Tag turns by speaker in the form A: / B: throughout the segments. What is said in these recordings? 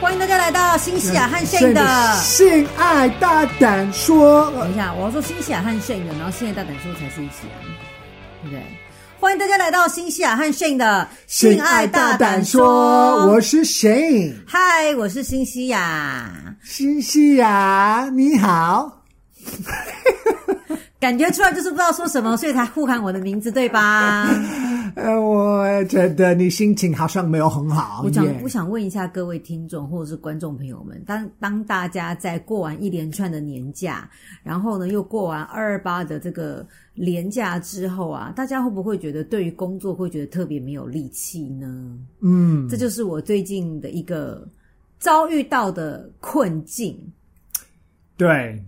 A: 欢迎大家来到新西亚和线的。
B: 性爱大胆说，
A: 等一下，我要说新西亚和线的，然后现在大胆说才是一起啊，对不对？欢迎大家来到新西亚和线的性爱大胆说，
B: 我是谁？
A: 嗨，我是新西亚，
B: 新西亚，啊你好。
A: 感觉出来就是不知道说什么，所以才互喊我的名字，对吧？
B: 呃，我觉得你心情好像没有很好。
A: 我想
B: 哦耶
A: 我想问一下各位听众或者是观众朋友们，当当大家在过完一连串的年假，然后呢又过完二二八的这个连假之后啊，大家会不会觉得对于工作会觉得特别没有力气呢？
B: 嗯，
A: 这就是我最近的一个遭遇到的困境。
B: 对，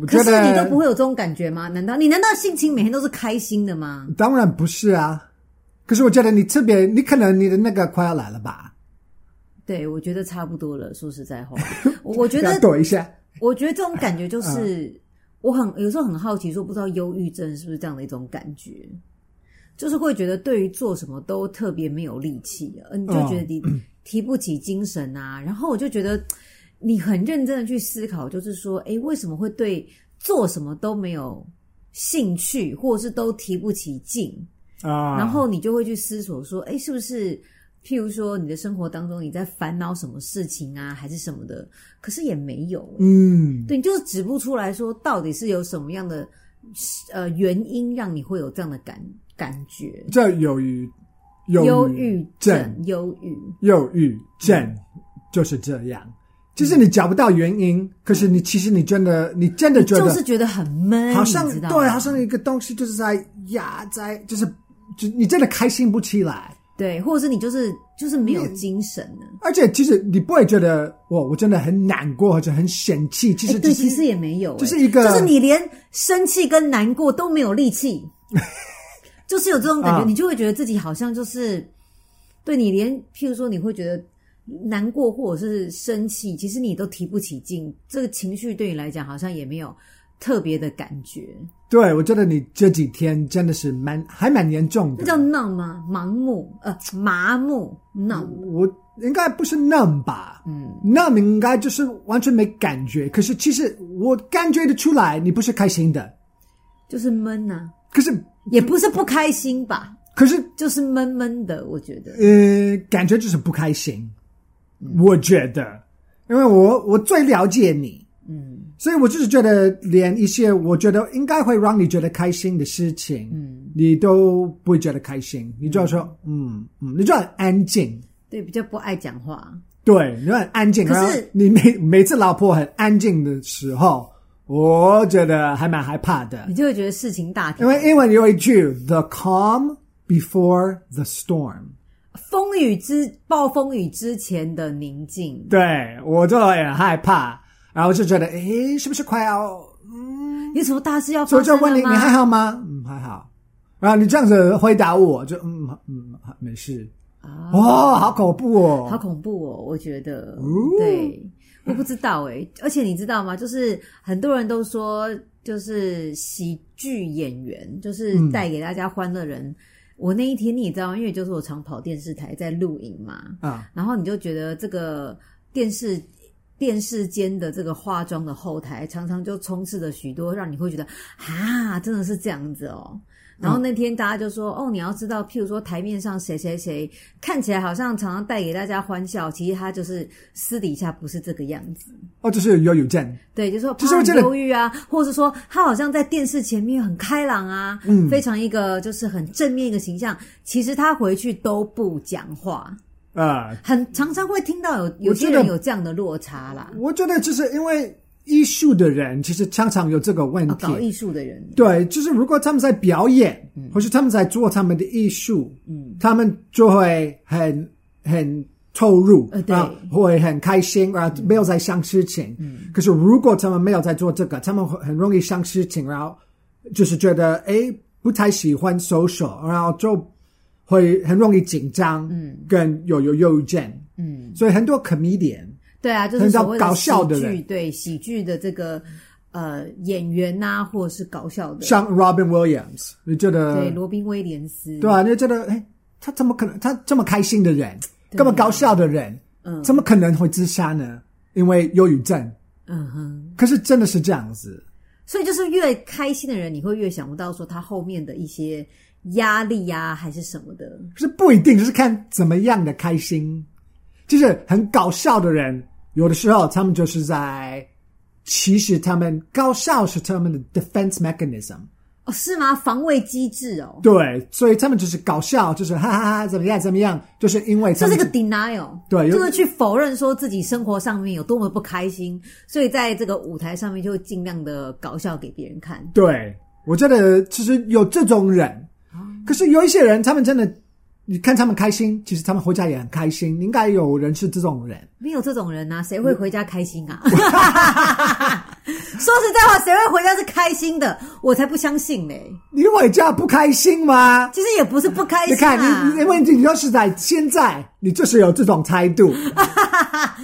B: 我
A: 可
B: 觉
A: 是
B: 得
A: 你都不会有这种感觉吗？难道你难道心情每天都是开心的吗？
B: 当然不是啊。可是我觉得你特别，你可能你的那个快要来了吧？
A: 对，我觉得差不多了。说实在话，我我觉
B: 要
A: 得
B: 躲一下。
A: 我觉得这种感觉就是，我很有时候很好奇，说不知道忧郁症是不是这样的一种感觉，就是会觉得对于做什么都特别没有力气，呃你就觉得你提不起精神啊。然后我就觉得你很认真的去思考，就是说，诶，为什么会对做什么都没有兴趣，或者是都提不起劲？
B: 啊，
A: 然后你就会去思索说，哎，是不是？譬如说，你的生活当中你在烦恼什么事情啊，还是什么的，可是也没有，
B: 嗯，
A: 对，你就是指不出来说到底是有什么样的呃原因让你会有这样的感感觉，
B: 这有郁忧
A: 忧郁
B: 症，
A: 症，忧郁，
B: 忧郁
A: 嗯
B: 症就是这样，就是你找不到原因，可是你其实你真的，你真的觉
A: 嗯
B: 得
A: 就是觉得很闷，
B: 好像
A: 你知道吗
B: 对，好像一个东西就是在压在，就是就你真的开心不起来。
A: 对，或者是你就是就是没有精神呢。
B: 而且其实你不会觉得我我真的很难过或者很嫌弃，其
A: 哎
B: 实
A: 对，
B: 只
A: 其实
B: 是
A: 也没有、哎
B: 就是一个
A: 就是你连生气跟难过都没有力 气，就是有这种感觉，
B: 啊
A: 你就会觉得自己好像就是，对你连譬如说你会觉得难过或者是生气，其实你都提不起劲，这个情绪对你来讲好像也没有特别的感觉，
B: 对我觉得你这几天真的是蛮还蛮严重
A: 那
B: 的。
A: 叫 numb 吗？盲目呃麻木 numb，
B: 我应该不是那吧？
A: 嗯，
B: 那你应该就是完全没感觉。可是其实我感觉得出来，你不是开心的。
A: 就是闷呐、啊，
B: 可是
A: 也不是不开心吧，
B: 可是
A: 就是闷闷的，我觉得。
B: 呃，感觉就是不开心。我觉得，因为我我最了解你，
A: 嗯
B: 所以我就是觉得，连一些我觉得应该会让你觉得开心的事情，
A: 嗯。
B: 你都不会觉得开心，你就要说，嗯嗯，你就很安静，
A: 对，比较不爱讲话。
B: 对，你就很安静。
A: 可是
B: 然后你每每次老婆很安静的时候，我觉得还蛮害怕的
A: 你，就会觉得事情大条
B: 因，为英文有一句 “the calm before the storm”，
A: 风雨之暴风雨之前的宁静，
B: 对我就很害怕，然后就觉得，诶，是不是快要，嗯，
A: 有什么大事要
B: 所
A: 发
B: 以就
A: 生
B: 问你，
A: 了
B: 你还
A: 吗？
B: 好吗？嗯，还好。然后你这样子回答我，就嗯嗯，没事。
A: 啊，
B: 哦，好恐怖哦，
A: 好恐怖哦！我觉得，对，我不知道哎、而且你知道吗？就是很多人都说，就是喜剧演员，就是带给大家欢乐人。我那一天你也知道吗，因为就是我常跑电视台在录影嘛，
B: 啊！
A: 然后你就觉得这个电视电视间的这个化妆的后台，常常就充斥着许多让你会觉得啊，真的是这样子哦。
B: 嗯
A: 然后那天大家就说、哦，你要知道，譬如说台面上谁谁谁看起来好像常常带给大家欢笑，其实他就是私底下不是这个样子。
B: 哦，就是有忧郁症，
A: 对，就说
B: 就是
A: 他
B: 我觉
A: 很
B: 得
A: 忧郁啊，或者是说他好像在电视前面很开朗啊，
B: 嗯
A: 非常一个就是很正面一个形象，其实他回去都不讲话。
B: 啊，
A: 很常常会听到有有
B: 我觉
A: 些
B: 得
A: 人有这样的落差啦。
B: 我觉得就是因为艺术的人其实常常有这个问
A: 啊，
B: 题。
A: 搞艺术的人，
B: 对，就是如果他们在表演，或是他们在做他们的艺术，
A: 嗯，
B: 他们就会很很投入，
A: 呃对嗯
B: 然后会很开心，然后没有在想事情。嗯，可是如果他们没有在做这个，他们会很容易想事情，然后就是觉得诶不太喜欢 social，然后就会很容易紧张，
A: 嗯，
B: 跟有有忧郁症。
A: 嗯，
B: 所以很多 comedian
A: 对啊，就是
B: 很少
A: 所谓
B: 搞
A: 喜
B: 笑的
A: 剧，
B: 人
A: 对喜剧的这个呃演员呐、或者是搞笑的，
B: 像 Robin Williams，你觉
A: 对
B: 得
A: 罗宾威廉斯，
B: 对啊？你就觉得哎，他怎么可能？他这么开心的人，根本搞笑的人，
A: 嗯
B: 怎么可能会自杀呢？因为忧郁症。
A: 嗯哼，
B: 可是真的是这样子，
A: 所以就是越开心的人，你会越想不到说他后面的一些压力呀、还是什么的。
B: 可是不一定，就是看怎么样的开心。就是很搞笑的人，有的时候他们就是在，其实他们搞笑是他们的 defense mechanism。
A: 哦，是吗？防卫机制哦，
B: 对，所以他们就是搞笑，就是哈哈哈，怎么样怎么样，就是因为他
A: 这
B: 们
A: 是个 denial，
B: 对有
A: 就是去否认说自己生活上面有多么不开心，所以在这个舞台上面就尽量的搞笑给别人看。
B: 对，我觉得其实有这种人，
A: 哦
B: 可是有一些人，他们真的，你看他们开心，其实他们回家也很开心。应该有人是这种人，
A: 没有这种人
B: 嗯
A: 啊，谁会回家开心啊？说 实在话，谁会回家是开心的？我才不相信嘞、
B: 你回家不开心吗？
A: 其实也不是不开
B: 你
A: 心、啊，
B: 看，你你因为你就是在现在，你就是有这种态 度，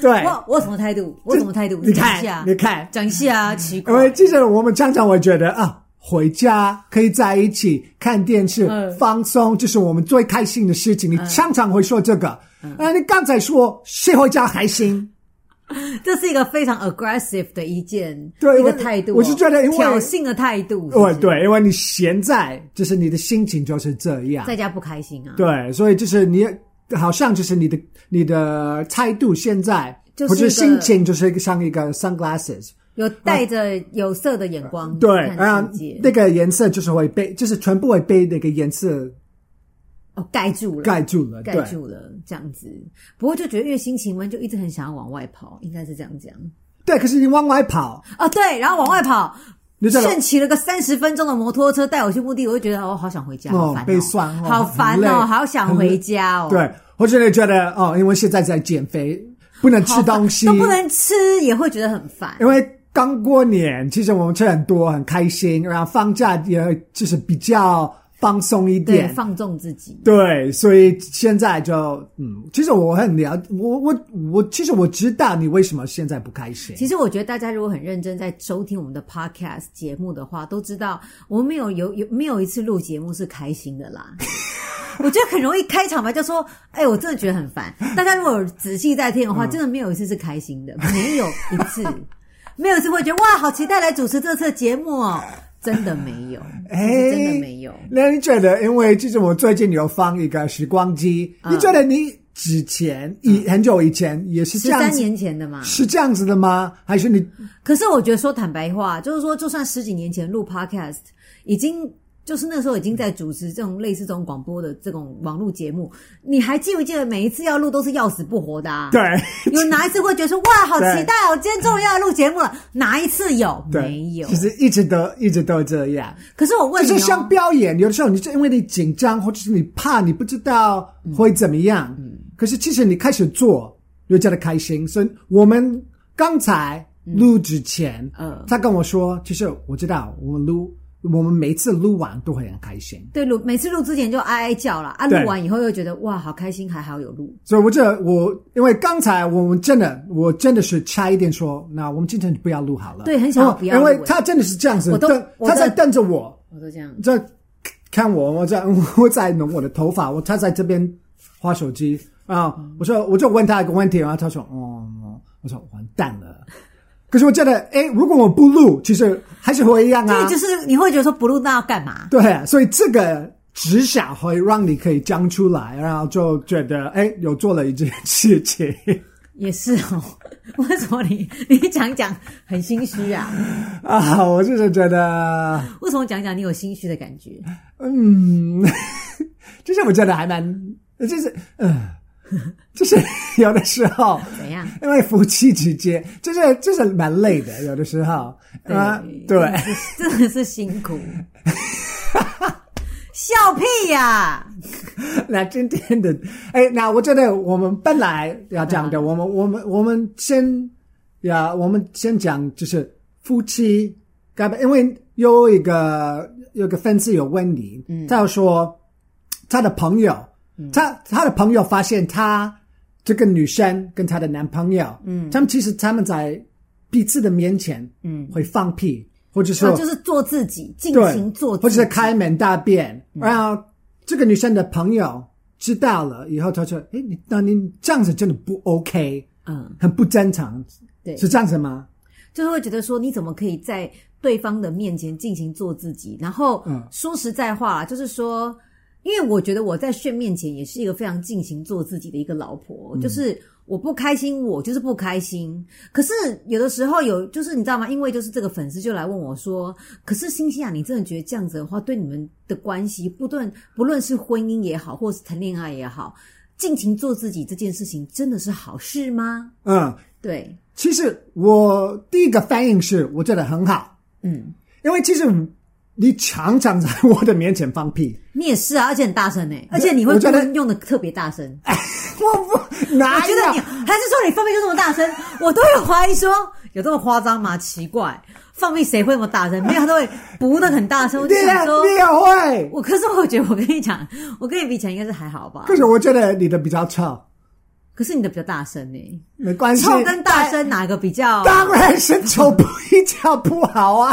B: 对，
A: 我我什么态度？我什么态度？
B: 你
A: 讲一下
B: 看，，你看，
A: 讲一下啊，奇
B: 因为
A: 怪。
B: 其实我们常常会觉得啊，回家可以在一起看电视、
A: 嗯
B: 放松，这是我们最开心的事情。你常常会说这个，
A: 嗯
B: 啊，你刚才说谁回家开心？
A: 这是一个非常 aggressive 的一件
B: 对
A: 一个
B: 我
A: 态度哦、
B: 我是觉得因为
A: 挑衅的态度是不
B: 对
A: 是，
B: 哦对，因为你现在就是你的心情就是这样，
A: 在家不开心啊，
B: 对，所以就是你好像就是你的你的态度现在，
A: 就是
B: 或者
A: 一个
B: 心情就是一个像一个 sunglasses，
A: 有带着有色的眼光
B: 对，
A: 看
B: 啊
A: 世界，，
B: 那个颜色就是会被，就是全部会被那个颜色
A: 哦，盖住了，
B: 盖住了，
A: 盖
B: 对
A: 住了，这样子。不过就觉得越心情闷，就一直很想要往外跑，应该是这样讲。
B: 对，可是你往外跑，
A: 哦，对，然后往外跑，
B: 你知道
A: 炫骑了个三十分钟的摩托车带我去目的地，我就觉得哦我好想回家，好烦、哦，
B: 被算哦
A: 好烦
B: 很累
A: 哦，好想回家哦，，
B: 对，或者你觉得哦，因为现在在减肥，不能吃东西，
A: 都不能吃，也会觉得很烦。
B: 因为刚过年，其实我们吃很多，很开心，然后放假也就是比较放松一
A: 对，
B: 点。
A: 放纵自己，
B: 对，所以现在就嗯，其实我很了，我我我，其实我知道你为什么现在不开心。
A: 其实我觉得大家如果很认真在收听我们的 podcast 节目的话，都知道我们没有有有没有一次录节目是开心的 啦。我觉得很容易开场白就说：“哎、我真的觉得很烦。”大家如果仔细在听的
B: 嗯
A: 话，真的没有一次是开心的，没有一次， 没有一次会觉得哇，好期待来主持这次的节目哦，真的没有，
B: 哎
A: 真的没有。
B: 那你觉得，因为其实我最近有放一个时光机，
A: 嗯
B: 你觉得你之前以、很久以前也是
A: 十
B: 这样
A: 三
B: 子，
A: 年前的嘛，
B: 是这样子的吗？还是你
A: 可是我觉得说坦白话，就是说，就算十几年前录 podcast，已经就是那时候已经在主持这种类似这种广播的这种网络节目，你还记不记得每一次要录都是要死不活的、啊？
B: 对。
A: 有哪一次会觉得说哇，好期待哦，今天终于要录节目了？哪一次有？
B: 对
A: 没有
B: 其。实一直都一直都这样。
A: 可是我问你、
B: 就
A: 哦，
B: 是像表演，有的时候你就因为你紧张，或者是你怕，你不知道会怎么样。
A: 嗯
B: 可是其实你开始做，又觉得开心。所以我们刚才录之前，
A: 嗯
B: 他跟我说，其实我知道，我们录，我们每次录完都会很开心。
A: 对录每次录之前就哀哀叫啦，啊，
B: 对
A: 录完以后又觉得哇，好开心，还好有录。
B: 所以我这我，因为刚才我们真的，我真的是差一点说，那我们今天不要录好了。哦
A: 对很想要不要
B: 因
A: 录
B: 为他真的是这样子，
A: 我都
B: 瞪
A: 我
B: 他
A: 都
B: 在瞪着我。
A: 我都这样，
B: 在看我，我在嗯我在弄我的头发，我他在这边划手机啊。我说我就问他一个问题，然后他说哦，哦我说完蛋了。可是我觉得，哎，如果我不录，其实还是会一样
A: 对，
B: 啊。
A: 就是你会觉得说不录那要干嘛？
B: 对，啊所以这个至少会让你可以讲出来，然后就觉得，哎，有做了一件事情。
A: 也是哦， 为什么你你讲一讲很心虚啊？
B: 啊，我就是觉得，
A: 为什么讲讲你有心虚的感觉？
B: 嗯，就是我觉得还蛮，就是，呃，就是有的时候，
A: 怎样？
B: 因为夫妻之间，就是就是蛮累的，有的时候啊，对，
A: 真的是， 真的是辛苦。笑屁呀、
B: 那今天的，哎，那我觉得我们本来要讲的，我们我们我们先呀，我们先讲就是夫妻，该不因为有一个有个粉丝有问你，他有说他的朋友，他他的朋友发现他这个女生跟她的男朋友，嗯，他们其实他们在彼此的面前，嗯，会放屁，或者说、
A: 啊就是做自己，尽嗯
B: 对，
A: 情做
B: 或
A: 自
B: 者是
A: 己。
B: 开门大便，然后这个女生的朋友知道了以后，他说：“哎，你那你这样子真的不 OK，
A: 嗯，
B: 很不正常，
A: 对，
B: 是这样子吗
A: 就是会觉得说，你怎么可以在对方的面前尽情做自己？然后
B: 嗯
A: 说实在话，就是说，因为我觉得我在炫面前也是一个非常尽情做自己的一个老婆，就是我不开心，我就是不开心。可是有的时候有，就是你知道吗？因为就是这个粉丝就来问我说：“可是星星啊，你真的觉得这样子的话，对你们的关系，不论不论是婚姻也好，或是谈恋爱也好，尽情做自己这件事情，真的是好事吗？”？”
B: 嗯，
A: 对，
B: 其实我第一个反应是我觉得很好，
A: 嗯，
B: 因为其实你常常在我的面前放屁，
A: 你也是啊，而且很大声呢、而且你会
B: 我觉得哎
A: 故意用的特别大声。
B: 我不哪
A: 我觉得你
B: 有？
A: 还是说你放屁就这么大 声，我都有怀疑说有这么夸张吗？奇怪，放屁谁会那么大声？没有，他都会补的很 大声。我
B: 你
A: 就
B: 也
A: 想说，
B: 你也会，
A: 我可是我觉得我跟你讲，我跟你比起来应该是还好吧
B: 可。是我觉得你的比较臭，
A: 可是你的比较大声呢、
B: 没关系，
A: 臭跟大声哪个比较？
B: 当然是臭不一叫不好 啊，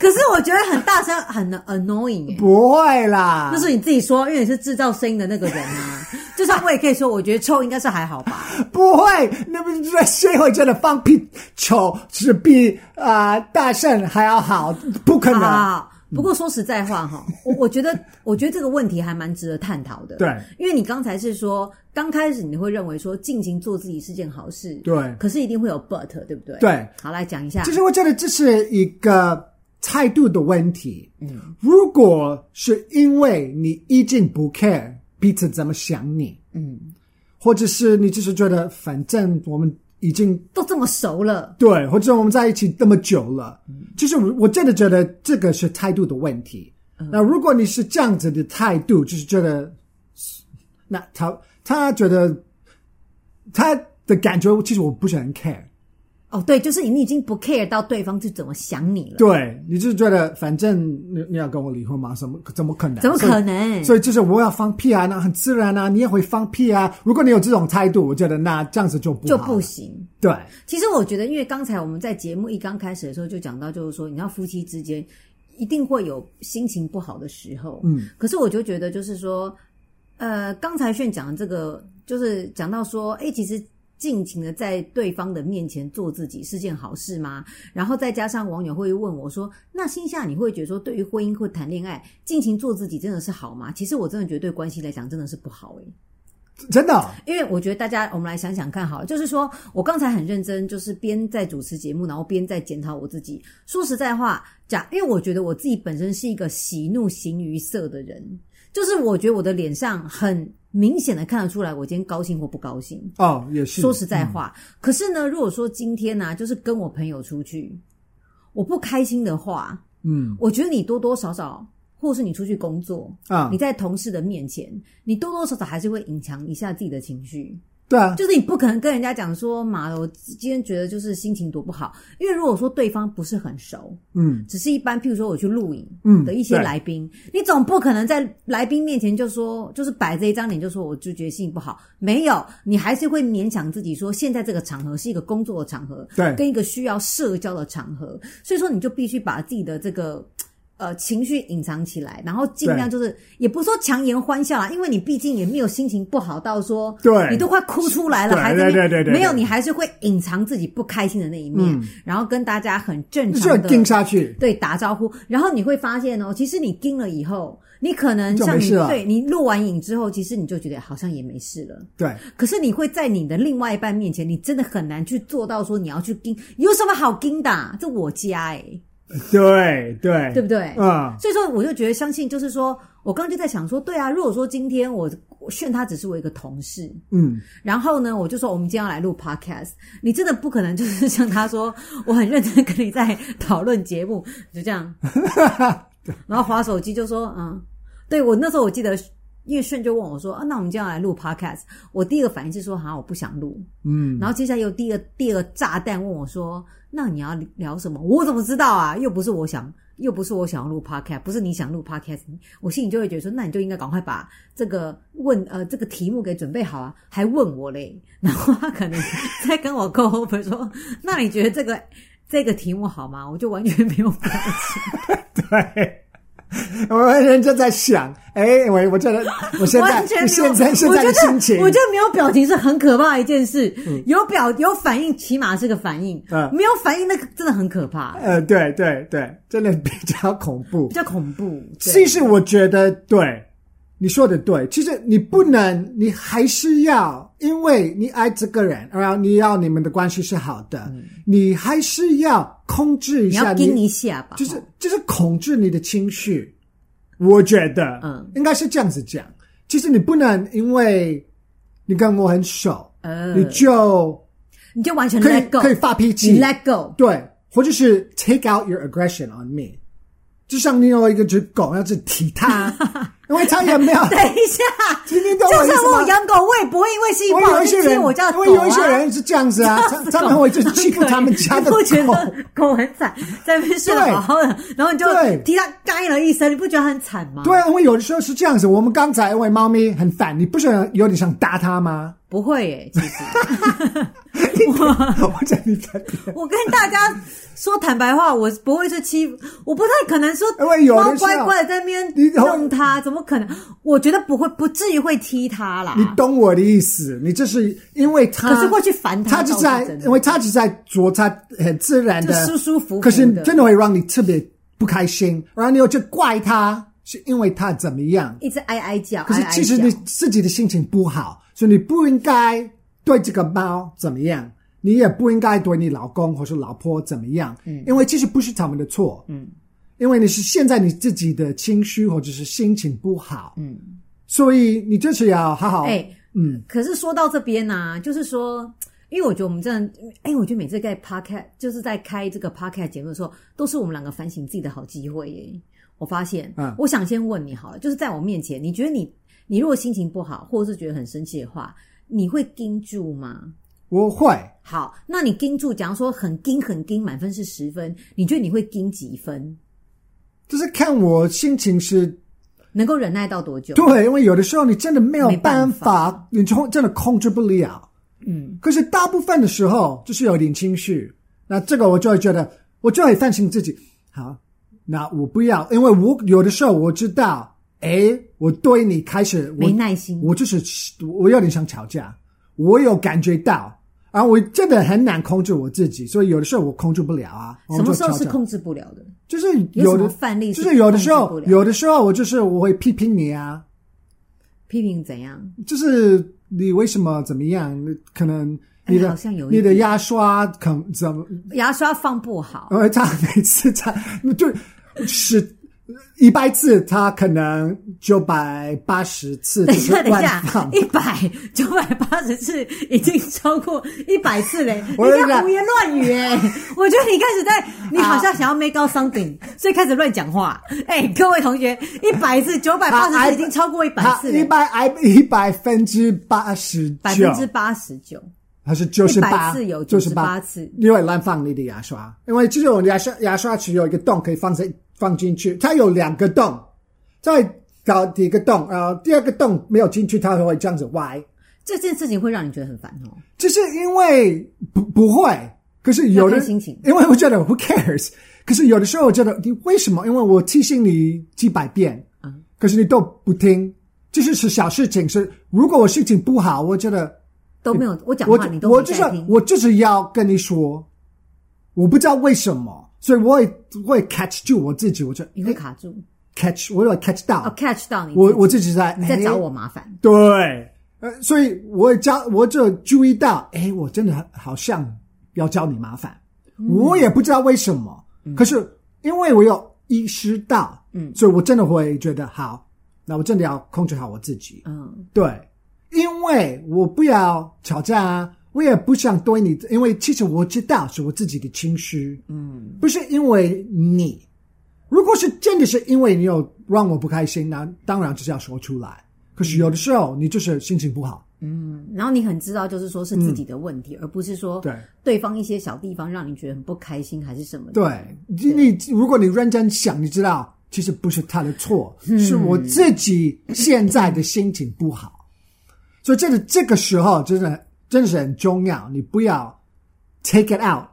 A: 可是我觉得很大声很 annoying 哎、
B: 不啊会啦，
A: 就是你自己说，因为你是制造声音的那个人 啊。就算我也可以说，我觉得臭应该是还好吧。
B: 不会，那不是谁会真的放屁丑是比啊、呃大圣还要好？不可能。
A: 啊。不过说实在话 哈，我我觉得，我觉得这个问题还蛮值得探讨的。
B: 对，
A: 因为你刚才是说，刚开始你会认为说尽情做自己是件好事，
B: 对
A: 可是一定会有 but，对不对？
B: 对。
A: 好，来讲一下
B: 其，实我觉得这是一个态度的问题。嗯，如果是因为你已经不 care 彼此怎么想你，
A: 嗯，
B: 或者是你就是觉得反正我们已经
A: 都这么熟了，
B: 对，或者我们在一起这么久了，
A: 嗯
B: 就是我我真的觉得这个是态度的问题。
A: 嗯
B: 那如果你是这样子的态度，就是觉得，那他他觉得他的感觉，其实我不是很 care。
A: 哦，对，就是你已经不 care 到对方是怎么想你了，
B: 对，你就是觉得反正你你要跟我离婚吗？怎么怎么可能？
A: 怎么
B: 所
A: 可
B: 以？
A: 能？
B: 所以就是我要放屁啊，那很自然啊，你也会放屁啊。如果你有这种态度，我觉得那这样子就不
A: 就
B: 好
A: 不
B: 了
A: 行。
B: 对，
A: 其实我觉得，因为刚才我们在节目一刚开始的时候就讲到，就是说，你知道夫妻之间一定会有心情不好的时候，
B: 嗯，
A: 可是我就觉得，就是说，呃，刚才炫讲的这个，就是讲到说，哎，其实。尽情的在对方的面前做自己是件好事吗？然后再加上网友会问我说：“那心夏，你会觉得说，对于婚姻或谈恋爱，尽情做自己真的是好吗？”其实我真的觉得对关系来讲真的是不好欸诶、
B: 真的哦
A: 因为我觉得大家，我们来想想看好了，就是说我刚才很认真，就是边在主持节目，然后边在检讨我自己。说实在话，讲，因为我觉得我自己本身是一个喜怒形于色的人，就是我觉得我的脸上很明显的看得出来，我今天高兴或不高兴。
B: 哦，也是嗯
A: 说实在话，可是呢，如果说今天呢、就是跟我朋友出去，我不开心的话，
B: 嗯
A: 我觉得你多多少少，或是你出去工作，
B: 啊，
A: 你在同事的面前，你多多少少还是会隐藏一下自己的情绪。
B: 对啊，
A: 就是你不可能跟人家讲说，妈的，我今天觉得就是心情多不好，因为如果说对方不是很熟，
B: 嗯
A: 只是一般，譬如说我去录影
B: 嗯
A: 的一些
B: 对
A: 来宾，你总不可能在来宾面前就说，就是摆着一张脸就说我就觉得心情不好，没有，你还是会勉强自己说，现在这个场合是一个工作的场合，
B: 对
A: 跟一个需要社交的场合，所以说你就必须把自己的这个。呃，情绪隐藏起来，然后尽量就是，也不是说强颜欢笑啦，因为你毕竟也没有心情不好到说，
B: 对
A: 你都快哭出来了，
B: 对
A: 还在那
B: 对
A: 边
B: 对对对
A: 没有，
B: 对
A: 你还是会隐藏自己不开心的那一面，然后跟大家很正
B: 就是要
A: 常的
B: 定下去。
A: 对，打招呼，然后你会发现哦，其实你盯了以后，你可能
B: 就
A: 像
B: 没
A: 你
B: 事了
A: 对你录完影之后，其实你就觉得好像也没事了。
B: 对，
A: 可是你会在你的另外一半面前，你真的很难去做到说你要去盯，有什么好盯的啊、这我家哎、
B: 对，对，
A: 对不对？
B: 啊、
A: 所以说，我就觉得相信，就是说我刚刚就在想说，对啊，如果说今天我我炫他只是我一个同事，
B: 嗯，
A: 然后呢，我就说我们今天要来录 podcast，你真的不可能就是像他说，我很认真跟你在讨论节目，就这样，然后划手机就说，嗯，对我那时候我记得，因为炫就问我说，啊，那我们今天要来录 podcast，我第一个反应是说，好、像我不想录，
B: 嗯，
A: 然后接下来又第二第二个炸弹问我说，那你要聊什么？我怎么知道啊？又不是我想。又不是我想要录 podcast，不是你想录 podcast，我心里就会觉得说，那你就应该赶快把这个问呃这个题目给准备好啊，还问我嘞。然后他可能 在跟我 go over 说，那你觉得这个这个题目好吗？我就完全没有反应，
B: 对，我完全就在想，哎，我我觉得我 现在
A: 完全没有
B: 我现在现
A: 我觉
B: 在的
A: 得
B: 心情，
A: 我觉得没有表情是很可怕的一件事，有表有反应起码是个反应，
B: 嗯
A: 没有反应那个真的很可怕，
B: 呃，对对对，真的比较恐怖
A: 比。较恐怖。对
B: 其实我觉得对，你说的对。其实你不能，你还是要，因为你爱这个人，然后你要你们的关系是好的，你还是要控制
A: 嗯
B: 一
A: 你
B: 下
A: 要盯一下吧，
B: 就是就是控制你的情绪。我觉得，
A: 嗯，
B: 应该是这样子讲。其实你不能因为你跟我很熟，
A: 呃，
B: 你就
A: 你就完全
B: 可以
A: let go，
B: 可以发脾气
A: 你 let go，
B: 对，或者是 take out your aggression on me。就像你有一个只狗，要去踢 它，因为它也没有。
A: 等一 下，
B: 你你懂
A: 就
B: 意
A: 算
B: 思
A: 我
B: 吗？
A: 养狗，我也不会因为是一
B: 我
A: 不好
B: 有一些
A: 去踢
B: 人，
A: 我家的
B: 因
A: 狗
B: 为
A: 啊。
B: 有一些人是这样 子啊，他他们会就欺负
A: 狗
B: 他们家
A: 你
B: 的
A: 不觉
B: 狗。
A: 得狗很惨，在那边睡得
B: 对
A: 好好的，然后你就
B: 对
A: 踢它，干了一声，你不觉得很惨吗？
B: 对，啊，因为有的时候是这样子。我们刚才因为猫咪很烦，你不是有点想打 它吗？
A: 不会耶，其实。
B: 我在你在，
A: 我跟大家说坦白话，我不会去欺负，我不太可能说
B: 因为有的时候
A: 猫乖乖地在那
B: 你
A: 边弄它，怎么可能？我觉得不会，不至于会踢它啦。
B: 你懂我的意思。你这是因为它，
A: 可是会去烦它
B: 它啊就在
A: 倒是真，的
B: 因为它就在做它很自然的，
A: 就舒舒服服的
B: 可是真的会让你特别不开心，然后你又去怪它，是因为它怎么样？
A: 一直哀哀叫，
B: 可是
A: 哀哀
B: 其实
A: 叫
B: 你自己的心情不好，所以你不应该对这个猫怎么样，你也不应该对你老公或是老婆怎么样，嗯，因为其实不是他们的错，嗯，因为你是现在你自己的情绪或者是心情不好，嗯，所以你就是要好好，
A: 哎、
B: 嗯，
A: 可是说到这边呢、就是说，因为我觉得我们真的，哎、我觉得每次在 podcast 就是在开这个 podcast 节目的时候，都是我们两个反省自己的好机会耶。我发现，
B: 嗯
A: 我想先问你好了，就是在我面前，你觉得你你如果心情不好，或者是觉得很生气的话，你会盯住吗？
B: 我会，
A: 好，那你盯住，假如说很盯很盯，满分是十分，你觉得你会盯几分？
B: 就是看我心情是
A: 能够忍耐到多久？
B: 对，因为有的时候你真的没有
A: 没办
B: 办法你控真的控制不了。
A: 嗯，
B: 可是大部分的时候就是有点情绪，那这个我就会觉得，我就会反省自己。好，那我不要，因为我有的时候我知道，哎，我对你开始我
A: 没耐心
B: 我就是我有点想吵架，我有感觉到，啊，我真的很难控制我自己，所以有的时候我控制不了啊。我
A: 什
B: 们就
A: 么时候
B: 吵
A: 是
B: 架
A: 控制不了的？
B: 就是
A: 有
B: 有
A: 什么
B: 的
A: 范例
B: 就是有的时
A: 控
B: 候
A: 制不了
B: 有的时候我就是我会批评你啊，
A: 批评怎样？
B: 就是你为什么怎么样？可能你的、
A: 哎好像有一
B: 你的
A: 点
B: 牙刷可能怎么？
A: 牙刷放不好，
B: 呃，他每次他就是一百次，他可能九百八十次 就
A: 等一
B: 是
A: 下，等一
B: 乱
A: 下
B: 放，。
A: 一百九百八十次已经超过一百次嘞！
B: 我
A: 你
B: 跟你
A: 在
B: 讲
A: 胡言乱语 哎、我觉得你开始在，你好像想要 make out something，、所以
B: 啊
A: 开始乱讲话。哎、各位同学，一百次九百八十次已经超过一百
B: 他
A: 次
B: 一
A: 嘞，
B: 百哎一百分之八十
A: 百
B: 九
A: 分，之八十九。
B: 还是九十八
A: 100次有
B: 九十
A: 98次
B: 因为乱放你的牙刷，因为这种牙刷牙刷只有一个洞可以放在放进去，它有两个洞，再搞第一个洞，然后第二个洞没有进去，它会这样子歪。
A: 这件事情会让你觉得很烦哦。
B: 就是因为不不会，可是有
A: 要
B: 的
A: 看心情
B: 因为我觉得 who cares，可是有的时候我觉得你为什么？因为我提醒你几百遍，
A: 嗯
B: 可是你都不听，这就是小事情。是如果我心情不好，我觉得
A: 都没有，我讲
B: 我
A: 话你都
B: 我
A: 没
B: 就是
A: 在听。
B: 我就是要跟你说，我不知道为什么，所以我也我也 catch 住我自己，我就哎
A: 你会卡住，
B: catch 我有 catch 到，
A: 哦，catch 到你自己，
B: 我我自己在
A: 你在
B: 哎
A: 找我麻烦，
B: 对，呃，所以我教我就注意到，哎，我真的好像要找你麻烦，
A: 嗯
B: 我也不知道为什么，可是因为我有意识到，
A: 嗯
B: 所以我真的会觉得好，那我真的要控制好我自己，
A: 嗯，
B: 对，因为我不要吵架啊，我也不想对你，因为其实我知道是我自己的情绪，
A: 嗯，
B: 不是因为你。如果是真的是因为你有让我不开心，那当然就是要说出来。可是有的时候你就是心情不好，
A: 嗯然后你很知道，就是说是自己的问题，而不是说
B: 嗯对
A: 对方一些小地方让你觉得很不开心还是什么的。
B: 对你你如果你认真想，你知道其实不是他的错，是我自己现在的心情不好。所以这个这个时候真的真的是很重要，你不要 take it out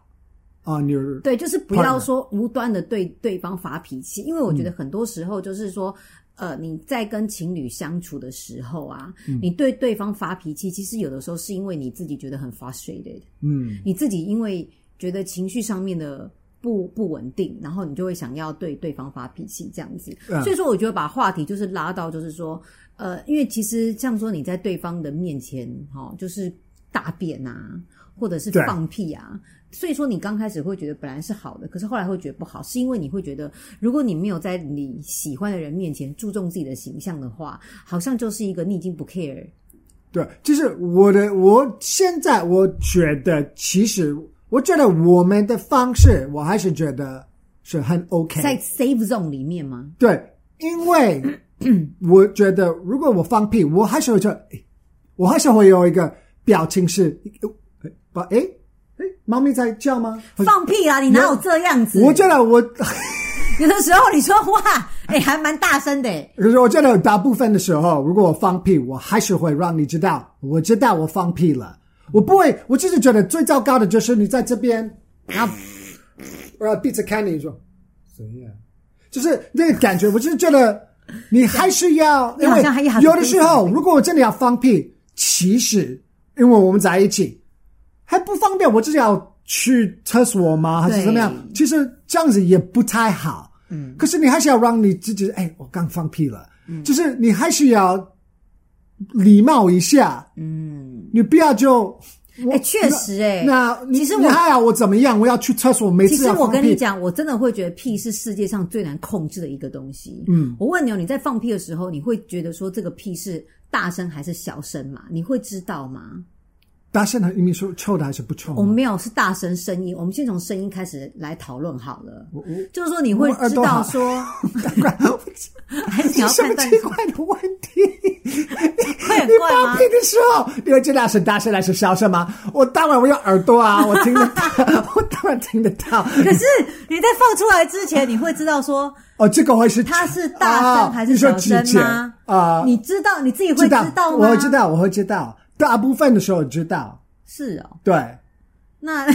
B: on your
A: 对，就是不要说无端的对对方发脾气，因为我觉
B: 嗯
A: 得很多时候就是说，呃，你在跟情侣相处的时候啊，
B: 嗯
A: 你对对方发脾气，其实有的时候是因为你自己觉得很 frustrated，
B: 嗯
A: 你自己因为觉得情绪上面的不不稳定，然后你就会想要对对方发脾气这样子。
B: 嗯
A: 所以说，我觉得把话题就是拉到，就是说，呃，因为其实像说你在对方的面前，哈、哦，就是大便啊，或者是
B: 对
A: 放屁啊。所以说，你刚开始会觉得本来是好的，可是后来会觉得不好，是因为你会觉得，如果你没有在你喜欢的人面前注重自己的形象的话，好像就是一个你已经不 care
B: 对，就是我的，我现在我觉得，其实我觉得我们的方式，我还是觉得是很 OK。
A: 在 safe zone 里面吗？
B: 对，因为我觉得如果我放屁，我还是会说，诶我还是会有一个表情是，把诶诶，猫咪在叫吗？
A: 放屁啦！你哪有这样子？
B: 我觉得我，
A: 有的时候你说话，哎、还蛮大声的、哎
B: 可是我觉得大部分的时候，如果我放屁，我还是会让你知道，我知道我放屁了。我不会，我就是觉得最糟糕的就是你在这边，然后我要闭着看你说，谁呀、就是那个感觉，我就是觉得你还是要，
A: 你
B: 因
A: 好
B: 为
A: 像还要
B: 有的时候，
A: 很
B: 如果我真的要放屁，其实因为我们在一起还不方便，我就是要去厕所吗？还是怎么样？
A: 对
B: 其实这样子也不太好。
A: 嗯，
B: 可是你还是要让你自己，哎，我刚放屁了，嗯、就是你还是要礼貌一下，
A: 嗯，
B: 你不要就。我
A: 哎确实哎
B: 那你
A: 其实我
B: 你还要我怎么样？我要去厕所，每
A: 其
B: 次
A: 实
B: 要
A: 我
B: 放
A: 跟
B: 屁
A: 你，讲，我真的会觉得屁是世界上最难控制的一个东西。
B: 嗯，
A: 我问你哦，你在放屁的时候，你会觉得说这个屁是大声还是小声嘛？你会知道
B: 嗯
A: 吗？
B: 大声的，你说臭的还是不臭吗？
A: 我 们没有是大声声音，我们先从声音开始来讨论好了。
B: 我
A: 就是说你会
B: 我耳
A: 知
B: 朵
A: 道
B: 好
A: 说，
B: 我
A: 还是你要
B: 什么
A: 判断
B: 奇怪的问题？
A: 会很
B: 你
A: 怪
B: 放
A: 吗
B: 屁？的时候，你会知道是大声还是小声吗？我当然我有耳朵啊，我听得到， 我当然听得到。
A: 可是你在放出来之前，你会知道说
B: 哦，这个会是
A: 它是大声还是小声吗？
B: 啊、
A: 你知道你自己会
B: 知道
A: 道吗？
B: 我会知道，我会知道，大部分的时候知道。
A: 是哦，
B: 对，
A: 那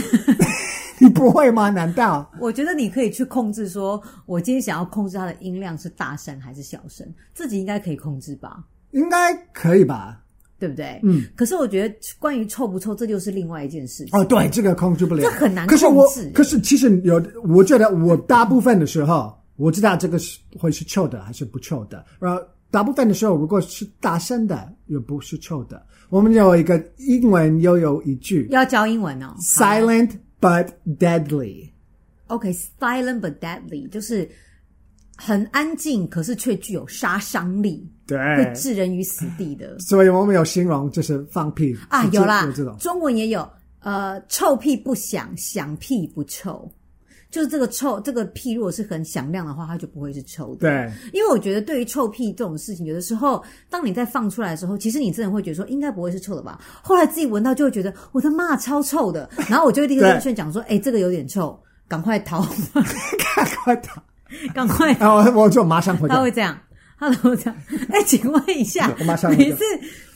B: 你不会吗？难道？
A: 我觉得你可以去控制说，我今天想要控制它的音量是大声还是小声，自己应该可以控制吧，
B: 应该可以吧？
A: 对不对？
B: 嗯。
A: 可是我觉得关于臭不臭，这就是另外一件事情。
B: 哦，对，这个控制不了，
A: 这很难
B: 可是我
A: 控制，
B: 可是其实有，我觉得我大部分的时候，我知道这个是会是臭的还是不臭的。然后大部分的时候，如果是大声的，也不是臭的。我们有一个英文又有一句
A: 要教英文哦。好
B: “silent but deadly”，
A: OK，silent、but deadly，就是很安静，可是却具有杀伤力，
B: 对，
A: 会置人于死地的。
B: 所以我们有形容就是放屁
A: 啊，
B: 是这
A: 有啦
B: 有这种，
A: 中文也有，呃，臭屁不响，响屁不臭，就是这个臭，这个屁如果是很响亮的话，它就不会是臭的。
B: 对，
A: 因为我觉得对于臭屁这种事情，有的时候当你在放出来的时候，其实你真的会觉得说应该不会是臭的吧，后来自己闻到就会觉得我的妈超臭的，然后我就会立刻
B: 对
A: 跟炫讲说，哎、这个有点臭，赶快逃，
B: 赶快打，
A: 赶快
B: 然后我就马上回
A: 他
B: 答
A: 会。这样，他会这样。哎、请问一下
B: 我马上，
A: 每次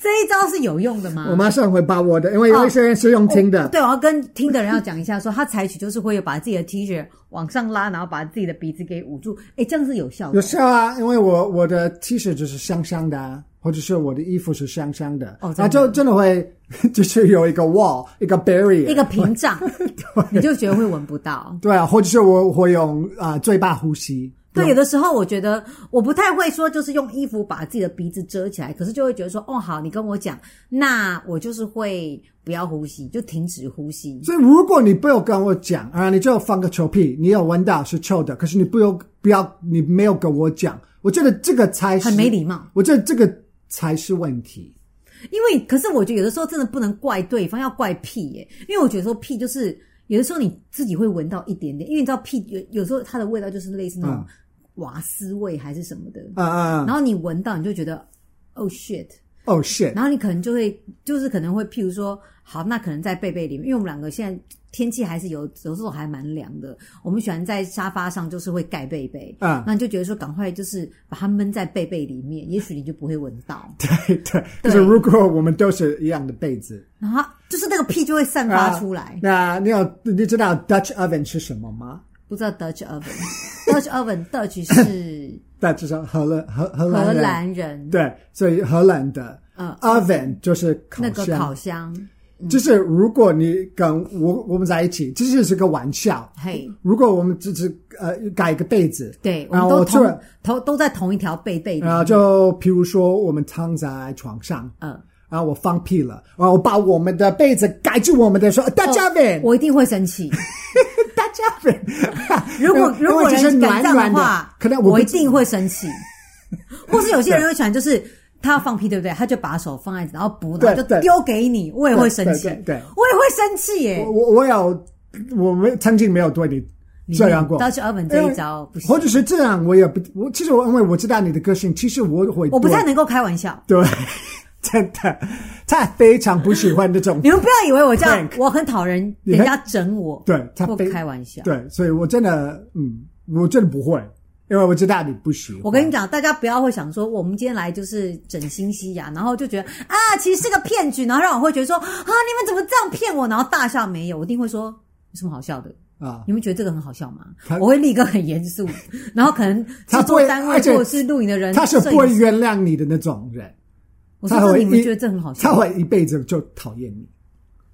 A: 这一招是有用的吗
B: 我？马上会把我的，因为有一些人是用听的，
A: 哦对，我要跟听的人要讲一下说他采取就是会有把自己的 T 恤往上拉，然后把自己的鼻子给捂住，哎，这样是有效
B: 有
A: 的。
B: 效啊，因为我我的 T 恤就是香香的、啊，或者是我的衣服是香香的，
A: 哦真的
B: 然后就真的会 就是有一个 wall 一个 barrier
A: 一个屏 障，你就觉得会闻不到。
B: 对啊，或者是我会用啊、呃嘴巴呼吸，
A: 对，有的时候我觉得我不太会说，就是用衣服把自己的鼻子遮起来，可是就会觉得说，哦，好，你跟我讲，那我就是会不要呼吸，就停止呼吸。
B: 所以如果你不要跟我讲啊，你就放个臭屁，你有闻到是臭的，可是你不用不要你没有跟我讲，我觉得这个才是
A: 很没礼貌
B: 我觉得这个才是问题。
A: 因为可是我觉得有的时候真的不能怪对方，要怪屁耶、因为我觉得说屁就是有的时候你自己会闻到一点点，因为你知道屁有有时候它的味道就是类似那种瓦斯味还是什么的，
B: 啊啊
A: 然后你闻到你就觉得 oh shit，
B: 哦 shit，
A: 然后你可能就会就是可能会譬如说好，那可能在贝贝里面，因为我们两个现在。天气还是有有时候还蛮凉的，我们喜欢在沙发上就是会盖被被，
B: 嗯
A: 那你就觉得说赶快就是把它闷在被被里面，也许你就不会闻到，
B: 对对，就是如果我们都是一样的被子，
A: 然后它就是那个屁就会散
B: 啊
A: 发出来。
B: 那你有你知道 Dutch oven 是什么吗？
A: 不知道 Dutch oven，Dutch oven，Dutch 是
B: 那就是荷兰荷荷兰
A: 荷
B: 人
A: 兰 人
B: 对，所以荷兰的
A: 嗯
B: oven 就是烤嗯
A: 那个
B: 箱，
A: 烤箱，
B: 就是如果你跟我我们在一起，这就是个玩笑。
A: 嘿，
B: 如果我们只是呃盖一个被子，
A: 对，我
B: 然
A: 们
B: 后
A: 都
B: 啊我突然啊
A: 同，同都在同一条被被里
B: 然后
A: 面，
B: 就比如说我们躺在床上，
A: 嗯，
B: 然后我放屁了，然后我把我们的被子盖住我们的
A: 哦
B: 说大家 呗，
A: 我一定会生 气。
B: 大家呗。
A: 如 果
B: 因为
A: 如果
B: 因为就是
A: 人
B: 暖
A: 敢这样
B: 暖
A: 的
B: 的
A: 话，，
B: 可能
A: 我
B: 不
A: 一定会生 气。或是有些人会喜欢，就是他要放屁，对不对？他就把手放在，然后不，
B: 对
A: 然后就
B: 对
A: 丢给你，我也会生气，
B: 对对对对
A: 我也会生气耶
B: 我。我我有，我没曾经没有对你这样过。
A: 到去 oven 这一招不行
B: 或，者是这样，我也不，我其实我因为我知道你的个性，其实我会，
A: 我不太能够开玩笑。
B: 对， 真的，他非常不喜欢这种
A: 你，们不要以为我这样
B: Frank，
A: 我很讨人
B: 你
A: 人
B: 看
A: 家整我，
B: 对他
A: 或
B: 非
A: 开玩笑。
B: 对，所以我真的，嗯，我真的不会，因为我知道你不喜欢。
A: 我跟你讲，大家不要会想说，我们今天来就是整新西亚，然后就觉得啊，其实是个骗局，然后让我会觉得说啊，你们怎么这样骗我？然后大笑没有，我一定会说有什么好笑的？
B: 啊，
A: 你们觉得这个很好笑吗
B: 他？
A: 我会立刻很严肃，然后可能
B: 他
A: 制
B: 不
A: 作
B: 会
A: 单位
B: 而且
A: 或者是录影的人，嗯
B: 他是
A: 摄
B: 不会
A: 影师
B: 原谅你的那种人，
A: 我
B: 他
A: 说
B: 会
A: 你们
B: 一
A: 觉得这很好笑
B: 他，会一辈子就讨厌你。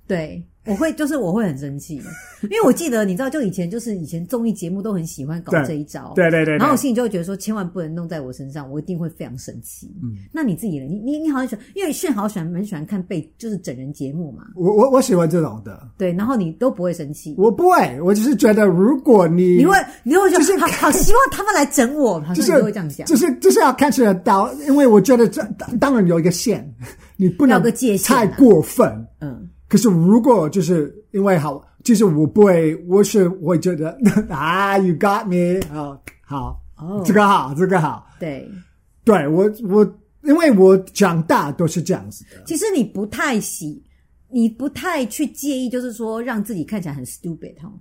A: 对，我会就是我会很生气，因为我记得你知道，就以前就是以前综艺节目都很喜欢搞
B: 对
A: 这一招，
B: 对对对对
A: 然后我心里就会觉得说，千万不能弄在我身上，我一定会非常生气。嗯，那你自己呢？你你你好像喜欢，因为炫好喜欢蛮喜欢看被就是整人节目嘛，
B: 我我我喜欢这种的，
A: 对，然后你都不会生气，
B: 我不会，我就是觉得如果你
A: 你会你会觉
B: 就是
A: 得好好希望他们来整我，好
B: 就
A: 像
B: 是
A: 你都会这样想
B: 就。是就是要看得到，因为我觉得这当当然有一个线， 你不能
A: 要有个界限啊
B: 太过分。
A: 嗯，
B: 可是如果就是因为好，其实我不会，我是会觉得 啊，you got me 啊，好，
A: 哦
B: 这个好，这个好，
A: 对，
B: 对我我因为我长大都是这样子的，
A: 其实你不太喜，你不太去介意，就是说让自己看起来很 stupid 哈。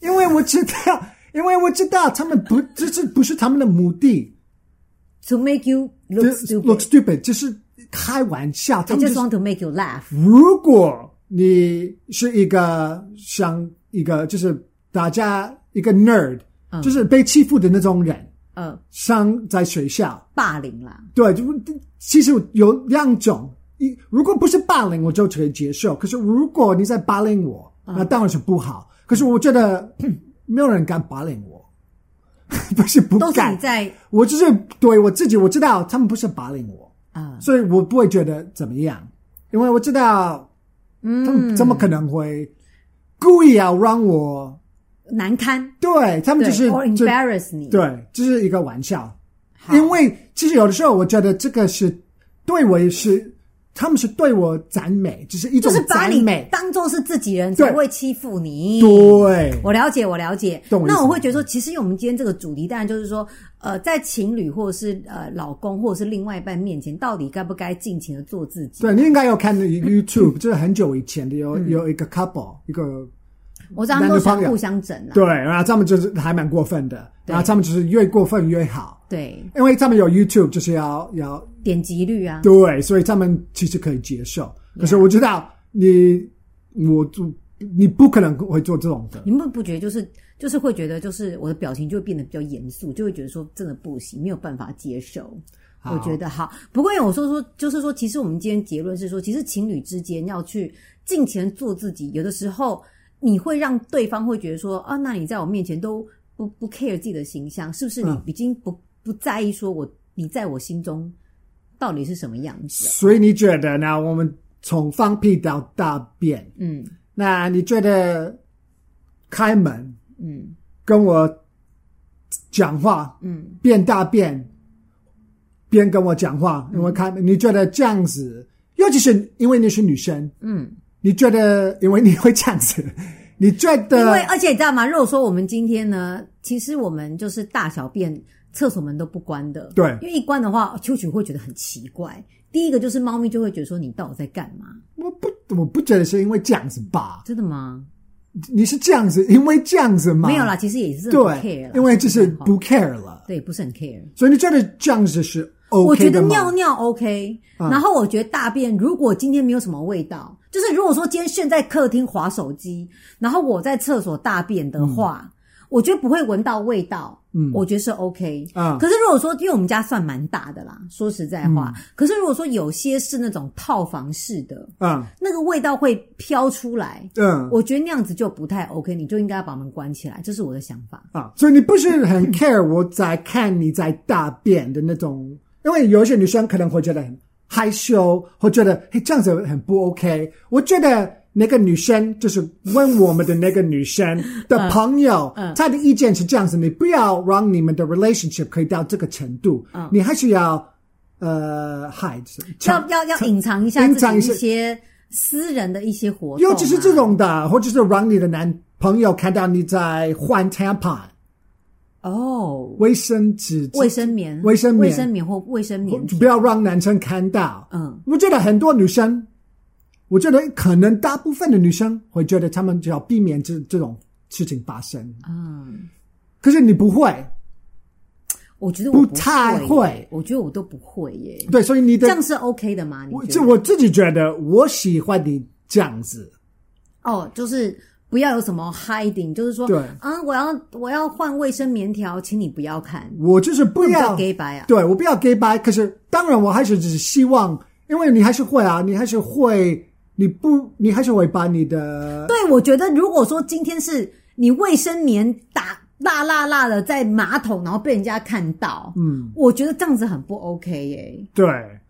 B: 因为我知道， 因为我知道他们不这是不是他们的目的
A: To make you look
B: ，just
A: stupid，
B: look stupid，就是开玩笑，他
A: I
B: 们就
A: just
B: 是
A: want to make you laugh。
B: 如果你是一个像一个就是大家一个 nerd，、
A: 嗯
B: 就是被欺负的那种人，
A: 呃，
B: 上在学校，
A: 霸凌啦，
B: 对，就是其实有两种，一如果不是霸凌，我就可以接受；可是如果你在霸凌我，
A: 啊
B: 那当然是不好。可是我觉得嗯没有人敢霸凌我， 不是不
A: 都是你
B: 敢，
A: 在
B: 我就是对我自己，我知道他们不是霸凌我，
A: 啊、
B: 所以我不会觉得怎么样，因为我知道。他们
A: 嗯，
B: 怎么可能会故意要让我？
A: 难堪？
B: 对他们
A: 对
B: 就是
A: ，or
B: 就
A: embarrass 你，，
B: 对，这、是一个玩笑。
A: 好
B: 因为其实有的时候，我觉得这个是对我也是，他们是对我赞美，只、是一
A: 就
B: 种
A: 是把
B: 赞
A: 你
B: 美。
A: 当做是自己人
B: 对
A: 才会欺负你。
B: 对，
A: 我了解，我了解。
B: 懂我意思
A: 那我会觉得说，其实因为我们今天这个主题，当然就是说，呃，在情侣或者是呃老公或者是另外一半面前，到底该不该尽情的做自己？
B: 对你应该有看那个 YouTube，就是很久以前的有、
A: 嗯
B: 有一个 couple，一个
A: 啊我知道他们都
B: 男
A: 想
B: 女朋友
A: 互相整啊，
B: 对，然后他们就是还蛮过分的，
A: 对
B: 然后他们就是越过分越好，
A: 对，
B: 因为他们有 YouTube 就是要要
A: 点击率啊，
B: 对，所以他们其实可以接受。可是我知道你，我就你不可能会做这种的。
A: 你们不觉得就是就是会觉得就是我的表情就会变得比较严肃，就会觉得说真的不行，没有办法接受。
B: 好
A: 我觉得好，不过因为我说说就是说，其实我们今天结论是说，其实情侣之间要去尽情做自己，有的时候你会让对方会觉得说啊，那你在我面前都不不 care 自己的形象，是不是你
B: 嗯
A: 已经不、不在意说我你在我心中到底是什么样子？
B: 所以你觉得呢？我们从放屁到大便，
A: 嗯
B: 那你觉得开门
A: 嗯
B: 跟我讲话，
A: 嗯，
B: 变大便，边跟我讲话，
A: 嗯
B: 因为开门，你觉得这样子，尤其是因为你是女生，
A: 嗯，
B: 你觉得因为你会这样子， 你觉得
A: 因为而且你知道吗？如果说我们今天呢，其实我们就是大小便厕所门都不关的，
B: 对
A: 因为一关的话，秋菊会觉得很奇怪。第一个就是猫咪就会觉得说你到底在干嘛？
B: 我不我不觉得是因为这样子吧？
A: 真的吗？
B: 你是这样子，因为这样子嘛，
A: 没有啦，，其实也是很不 care
B: 对
A: 啦，
B: 因为就是
A: 还好
B: 不 care 了，
A: 对不是很 care。
B: 所以你觉得这样子是 OK
A: 我觉得
B: 的吗嗯
A: 尿尿 OK，、然后我觉得大便如果今天没有什么味道，就是如果说今天炫在客厅划手机，然后我在厕所大便的话，
B: 嗯
A: 我觉得不会闻到味道，嗯，我觉得是 OK。
B: 啊
A: 可是如果说，因为我们家算蛮大的啦，说实在话，可是如果说有些是那种套房式的，
B: 嗯
A: 那个味道会飘出来，
B: 嗯
A: 我觉得那样子就不太 OK，你就应该要把门关起来，这是我的想法。
B: 啊，所以你不是很 care 我在看你在大便的那种，因为有一些女生可能会觉得很害羞，会觉得嘿这样子很不 OK。我觉得那个女生就是问我们的那个女生的
A: 嗯
B: 朋友，她的意见是这样子，你不要让你们的 relationship 可以到这个程度，你还是要呃 hide，
A: 嗯要要要隐藏一下
B: 隐
A: 自
B: 藏
A: 己
B: 一
A: 一
B: 些
A: 些私人的一些活动、啊，
B: 尤其是这种的，或者是让你的男朋友看到你在换 tampon
A: 哦，
B: 卫生纸之
A: 卫生棉、
B: 卫生
A: 卫
B: 棉
A: 生棉或卫生棉
B: 不要让男生看到。
A: 嗯，
B: 我觉得很多女生，我觉得可能大部分的女生会觉得她们只要避免这这种事情发生。
A: 嗯，
B: 可是你不会，
A: 我觉得我
B: 不太
A: 耶
B: 会
A: 我觉得我都不会耶。
B: 对，所以你
A: 这
B: 的
A: 样是 OK 的吗？你
B: 我
A: 觉
B: 这
A: 得
B: 我自己觉得，我喜欢你这样子。
A: 哦，就是不要有什么 hiding，就是说，
B: 对
A: 啊，我要我要换卫生棉条，请你不要看，
B: 我就是不
A: 不
B: 要
A: 要 gay 白啊。
B: 对我不要 gay 白，可是当然我还是只是希望，因为你还是会啊，你还是会，你不，你还是会把你的
A: 对，我觉得如果说今天是你卫生棉打辣辣辣的在马桶，然后被人家看到，嗯，我觉得这样子很不 OK 耶。
B: 对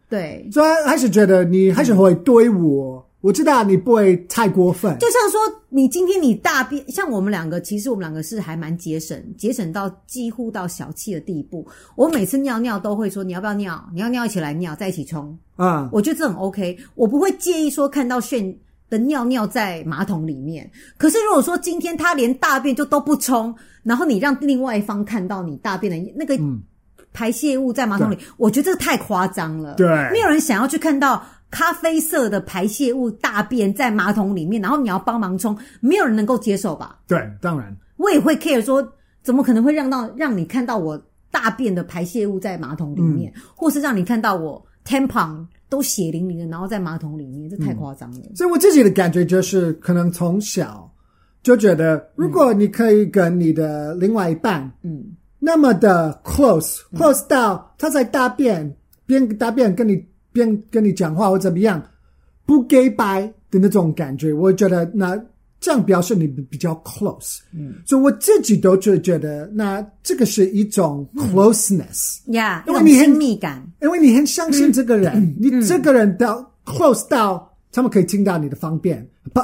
A: 对，
B: 所以还是觉得你还是会对我，我知道你不会太过分。
A: 就像说你今天你大便，像我们两个，其实我们两个是还蛮节省，节省到几乎到小气的地步。我每次尿尿都会说你要不要尿，你要尿一起来尿，在一起冲。
B: 啊、
A: 我觉得这很 OK，我不会介意说看到炫的尿尿在马桶里面。可是如果说今天他连大便就都不冲，然后你让另外一方看到你大便的那个排泄物在马桶里，我觉得这太夸张了。
B: 对
A: 没有人想要去看到。咖啡色的排泄物大便在马桶里面，然后你要帮忙冲，没有人能够接受吧？
B: 对，当然，
A: 我也会 care 说，怎么可能会让到让你看到我大便的排泄物在马桶里面，
B: 嗯
A: 或是让你看到我 tampon 都血淋淋的，然后在马桶里面，这太夸张了。
B: 所以我自己的感觉就是，可能从小就觉得，如果你可以跟你的另外一半，
A: 嗯，
B: 那么的 close、close 到他在大便边大便跟你边跟你讲话或怎么样，不 gay 白的那种感觉，我觉得那这样表示你比较 close。嗯，所以我自己都就觉得，那这个是一种 closeness。
A: 呀、
B: 因
A: 那
B: 为
A: 种
B: 你很
A: 亲密感，
B: 因为你很相信这个人，
A: 嗯
B: 你这个人到、close 到他们可以听到你的方便，不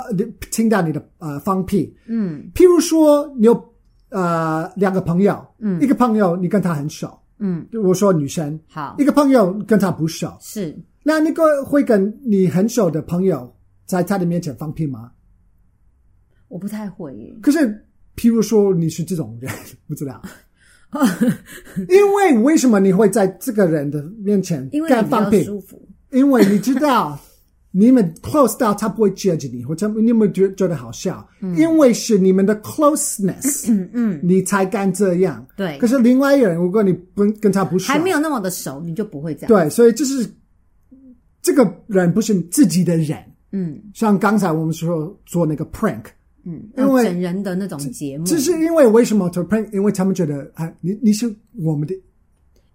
B: 听到你的呃放屁。
A: 嗯
B: 譬如说，你有呃两个朋友，嗯，一个朋友你跟他很熟，
A: 嗯，
B: 我说女生，
A: 好
B: 一，个朋友跟他不熟，
A: 是
B: 那那个会跟你很熟的朋友在他的面前放屁吗？
A: 我不太会耶，
B: 可是，譬如说你是这种人， 不 知道。因为为什么你会在这个人的面前
A: 因为你
B: 干
A: 比
B: 放
A: 较
B: 屁？
A: 舒服。
B: 因为你知道， 你们 close 到他不会 judge 你，或者你们觉觉得好笑，因为是你们的 closeness，
A: 嗯嗯，
B: 你才敢这样。
A: 对
B: 可，是另外一个人，如果你不跟他不熟，
A: 还没有那么的熟，你就不会这样。，
B: 对，所以就是这个人不是自己的人。
A: 嗯
B: 像刚才我们说做那个 prank，
A: 嗯，
B: 因为
A: 要整人的那种节目，
B: 这是因为为什么做 prank？因为他们觉得啊，你你是我们的，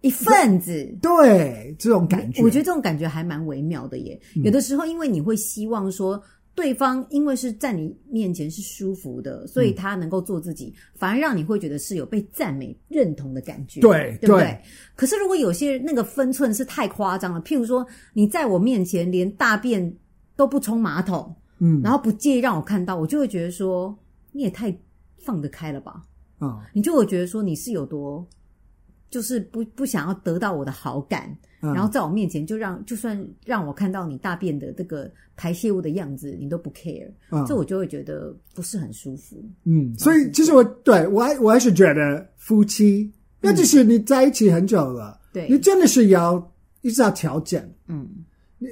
A: 一份子。
B: 对这种感觉。嗯
A: 我觉得这种感觉还蛮微妙的耶。有的时候，因为你会希望说。对方因为是在你面前是舒服的，所
B: 嗯
A: 以他能够做自己，反而让你会觉得是有被赞美、认同的感觉，
B: 对
A: 对不对？
B: 对
A: 可是如果有些人那个分寸是太夸张了，譬如说你在我面前连大便都不冲马桶，
B: 嗯
A: 然后不介意让我看到，我就会觉得说你也太放得开了吧，
B: 啊
A: 你就会觉得说你是有多，就是不不想要得到我的好感，
B: 嗯
A: 然后在我面前就让就算让我看到你大便的这个排泄物的样子，你都不 care，、
B: 嗯
A: 这我就会觉得不是很舒服。
B: 嗯，所以其实我对我还我还是觉得夫妻，那就是你在一起很久了，
A: 嗯对
B: 你真的是要一直要调整，
A: 嗯，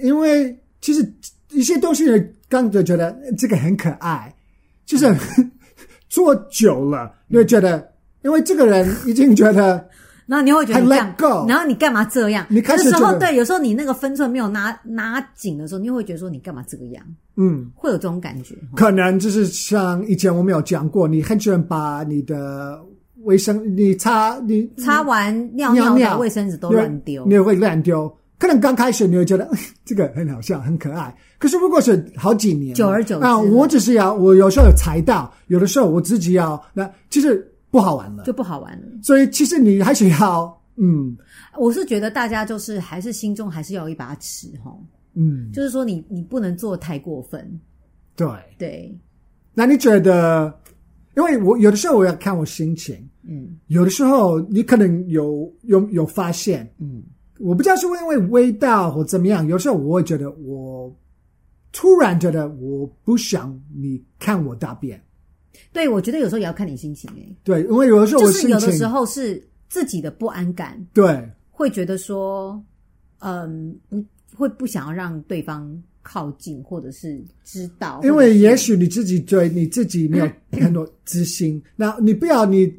B: 因为其实一些东西刚就觉得呃这个很可爱，就是
A: 嗯
B: 做久了，你会觉得，因为这个人已经觉得。
A: 然后你会觉得你这样
B: I let go
A: 然后你干嘛这样？
B: 你开始
A: 有时候
B: 觉得
A: 对，有时候你那个分寸没有拿拿紧的时候，你会觉得说你干嘛这个样？
B: 嗯，
A: 会有这种感觉。
B: 可能就是像以前我们有讲过，你很喜欢把你的卫生，你擦你
A: 擦完尿
B: 尿
A: 的
B: 尿
A: 卫生纸都乱丢
B: 你，也会乱丢。可能刚开始你会觉得 哎这个很好笑、很可爱，可是如果是好几年了，
A: 久而久之
B: 啊，我只是要我有时候有踩到，有的时候我自己要，那其实不好玩了。
A: 就不好玩了。
B: 所以其实你还是要，嗯
A: 我是觉得大家就是还是心中还是要有一把尺哈，
B: 嗯，
A: 就是说你你不能做太过分，
B: 对。
A: 对，
B: 那你觉得？因为我有的时候我要看我心情，
A: 嗯
B: 有的时候你可能有有有发现，
A: 嗯
B: 我不知道是因为味道或怎么样，有时候我会觉得我突然觉得我不想你看我大便，
A: 对，我觉得有时候也要看你心情诶、
B: 对，因为有的时候我
A: 就是
B: 心
A: 有的
B: 情，
A: 时候是自己的不安感，
B: 对
A: 会觉得说，嗯，不会不想要让对方靠近或者是知道，
B: 因
A: 或者
B: 为
A: 是
B: 也许你自己对你自己 没有很多自信，那你不要你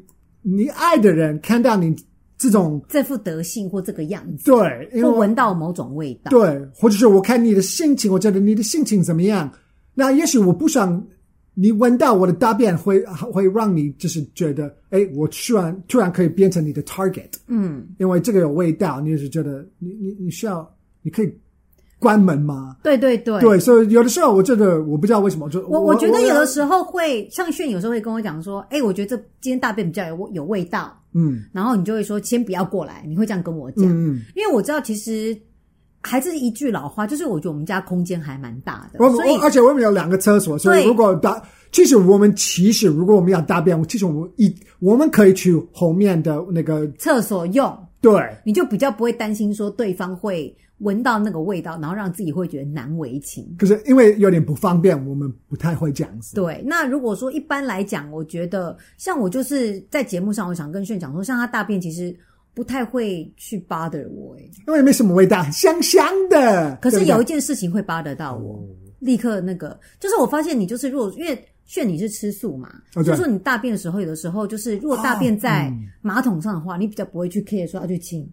B: 你爱的人看到你这种
A: 这副德性或这个样子，
B: 对，因为
A: 或闻到某种味道，
B: 对，或者是我看你的心情，我觉得你的心情怎么样？那也许我不想你闻到我的大便会，会让你就是觉得，哎，我突然突然可以变成你的 target，
A: 嗯。
B: 因为这个有味道，你就是觉得你你你需要，你可以关门吗？
A: 对对对，
B: 对，所以有的时候我觉得我不知道为什么，就
A: 我
B: 我嗯
A: 我觉得有的时候会，像炫有时候会跟我讲说，哎、我觉得这今天大便比较有有味道，
B: 嗯
A: 然后你就会说先不要过来，你会这样跟我讲，
B: 嗯嗯，
A: 因为我知道其实还是一句老话，就是我觉得我们家空间还蛮大的，
B: 我们
A: 所以
B: 我而且我们有两个厕所，所以
A: 对
B: 如果大，其实我们其实如果我们要大便，其实我们一我们可以去后面的那个
A: 厕所用
B: 对。
A: 你就比较不会担心说对方会闻到那个味道，然后让自己会觉得难为情。
B: 可是因为有点不方便，我们不太会这样子。
A: 对，那如果说一般来讲，我觉得像我就是在节目上，我想跟炫讲说，像他大便其实不太会去 bother 我、欸，
B: 因为没什么味道，香香的。
A: 可是
B: 对不对
A: 有一件事情会扒得到我，立刻那个就是我发现你就是如果因为炫你是吃素嘛，
B: 哦对
A: 就说你大便的时候有的时候就是如果大便在马桶上的话，你比较不会去 care 说要去清，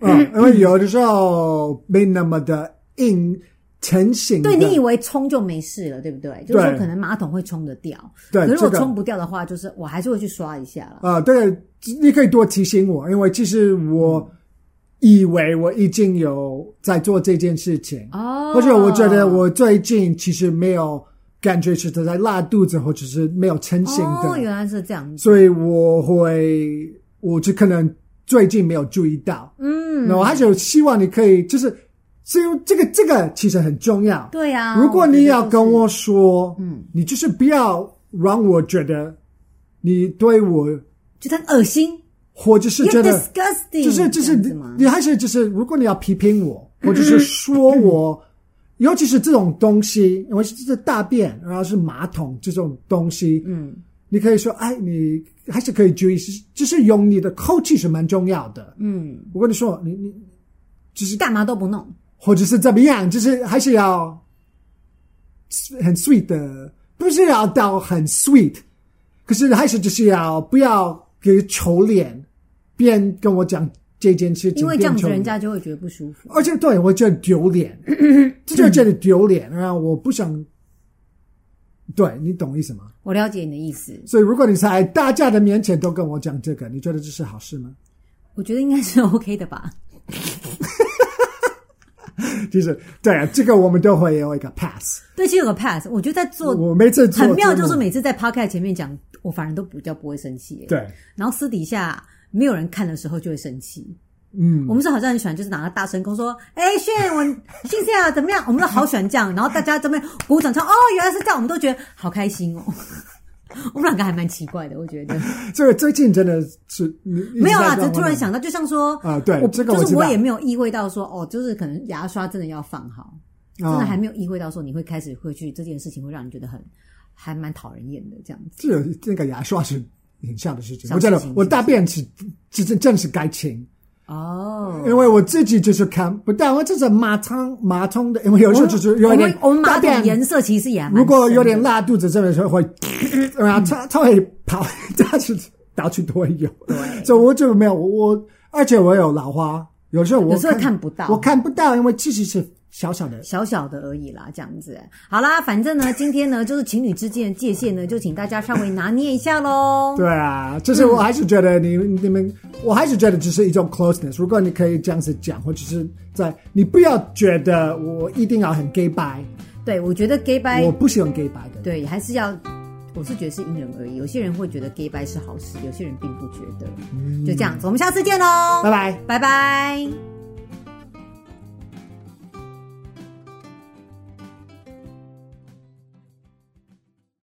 B: 嗯，因为有的时候没那么的硬成型的。
A: 对你以为冲就没事了，对不对？就是说
B: 对
A: 可能马桶会冲得掉，
B: 对
A: 可是如
B: 这
A: 果
B: 个
A: 冲不掉的话，就是我还是会去刷一下了。
B: 啊，对，你可以多提醒我，因为其实我以为我已经有在做这件事情，
A: 哦，
B: 而且我觉得我最近其实没有感觉是在拉肚子，或者是没有成型的。
A: 哦，原来是这样子，
B: 所以我会，我就可能最近没有注意到。
A: 嗯，
B: 那我还是有希望你可以，就是，所以这个这个其实很重要。
A: 对啊呀、
B: 如果你要
A: 觉得
B: 跟我说，
A: 嗯，
B: 你就是不要让我觉得你对我，
A: 就是觉得很恶心
B: 或者是
A: ，you
B: 觉得，
A: disgusting，
B: 就是就是
A: 这样子吗
B: 你还是就是，如果你要批评我，或者是说我。尤其是这种东西，尤其是大便，然后是马桶这种东西，
A: 嗯。
B: 你可以说，哎，你还是可以注意，是就是用你的口气是蛮重要的。
A: 嗯，
B: 我跟你说，你你就是
A: 干嘛都不弄，
B: 或者是怎么样，就是还是要很 sweet 的，不是要到很 sweet，可是还是就是要不要给丑脸，边跟我讲这件事情，
A: 因为这样
B: 边
A: 子
B: 丑脸
A: 人家就会觉得不舒服。
B: 而且对我觉得 丢脸，这就觉得丢脸，然后我不想，对你懂意思吗？
A: 我了解你的意思，
B: 所以，如果你在大家的面前都跟我讲这个，你觉得这是好事吗？
A: 我觉得应该是 OK 的吧。
B: 就是对啊，这个我们都会有一个 pass。
A: 对，其实有个 pass，我觉得在做
B: 我每次做
A: 很妙，就是
B: 每
A: 每次在 podcast 前面讲，我反而都比较不会生气。，
B: 对，
A: 然后私底下没有人看的时候就会生气。
B: 嗯
A: 我们是好像很喜欢，就是拿个大声公说：“哎、炫我谢谢啊，怎么样？”我们都好喜欢这样，然后大家这边鼓掌唱：“哦，原来是这样！”我们都觉得好开心哦。 我们两个还蛮奇怪的，我觉得。
B: 这个最近真的是没
A: 没有啦，只突然想到，就像说
B: 啊对
A: 我
B: 这个我
A: 就是
B: 知道
A: 我也没有意会到说，哦，就是可能牙刷真的要放好，真
B: 啊
A: 的还没有意会到说你会开始会去这件事情会让你觉得很还蛮讨人厌的这样子。
B: 这个那个牙刷是很像的事情。
A: 小
B: 我真
A: 事
B: 的
A: 情，
B: 我大便是这这真的是该清，
A: 哦，
B: 因为我自己就是看不到，我就是马桶马桶的，因为有时候就是有
A: 我
B: 点
A: 们我们马
B: 大便
A: 桶颜色其实也还蛮
B: 如果有点
A: 深的
B: 拉肚子，这边时候会， 然后它它会跑， 它是到处都会有。所以我就没有我，而且我有老花，有时候我
A: 有时候看不到
B: 我看不到，因为自己是小小的。
A: 小小的而已啦，这样子。好啦，反正呢，今天呢就是情侣之间的界限呢，就请大家稍微拿捏一下 喽。
B: 对啊，就是我还是觉得你你们，我还是觉得只是一种 closeness。如果你可以这样子讲，或者是在你不要觉得我一定要很 gay bye，
A: 对，我觉得 gay
B: 我
A: bye
B: 不喜欢 gay bye 的。
A: 哎对还是要，我是觉得是因人而异。有些人会觉得 gay bye 是好事，有些人并不觉得。就这样子，我们下次见喽，
B: 嗯拜拜。
A: 拜拜。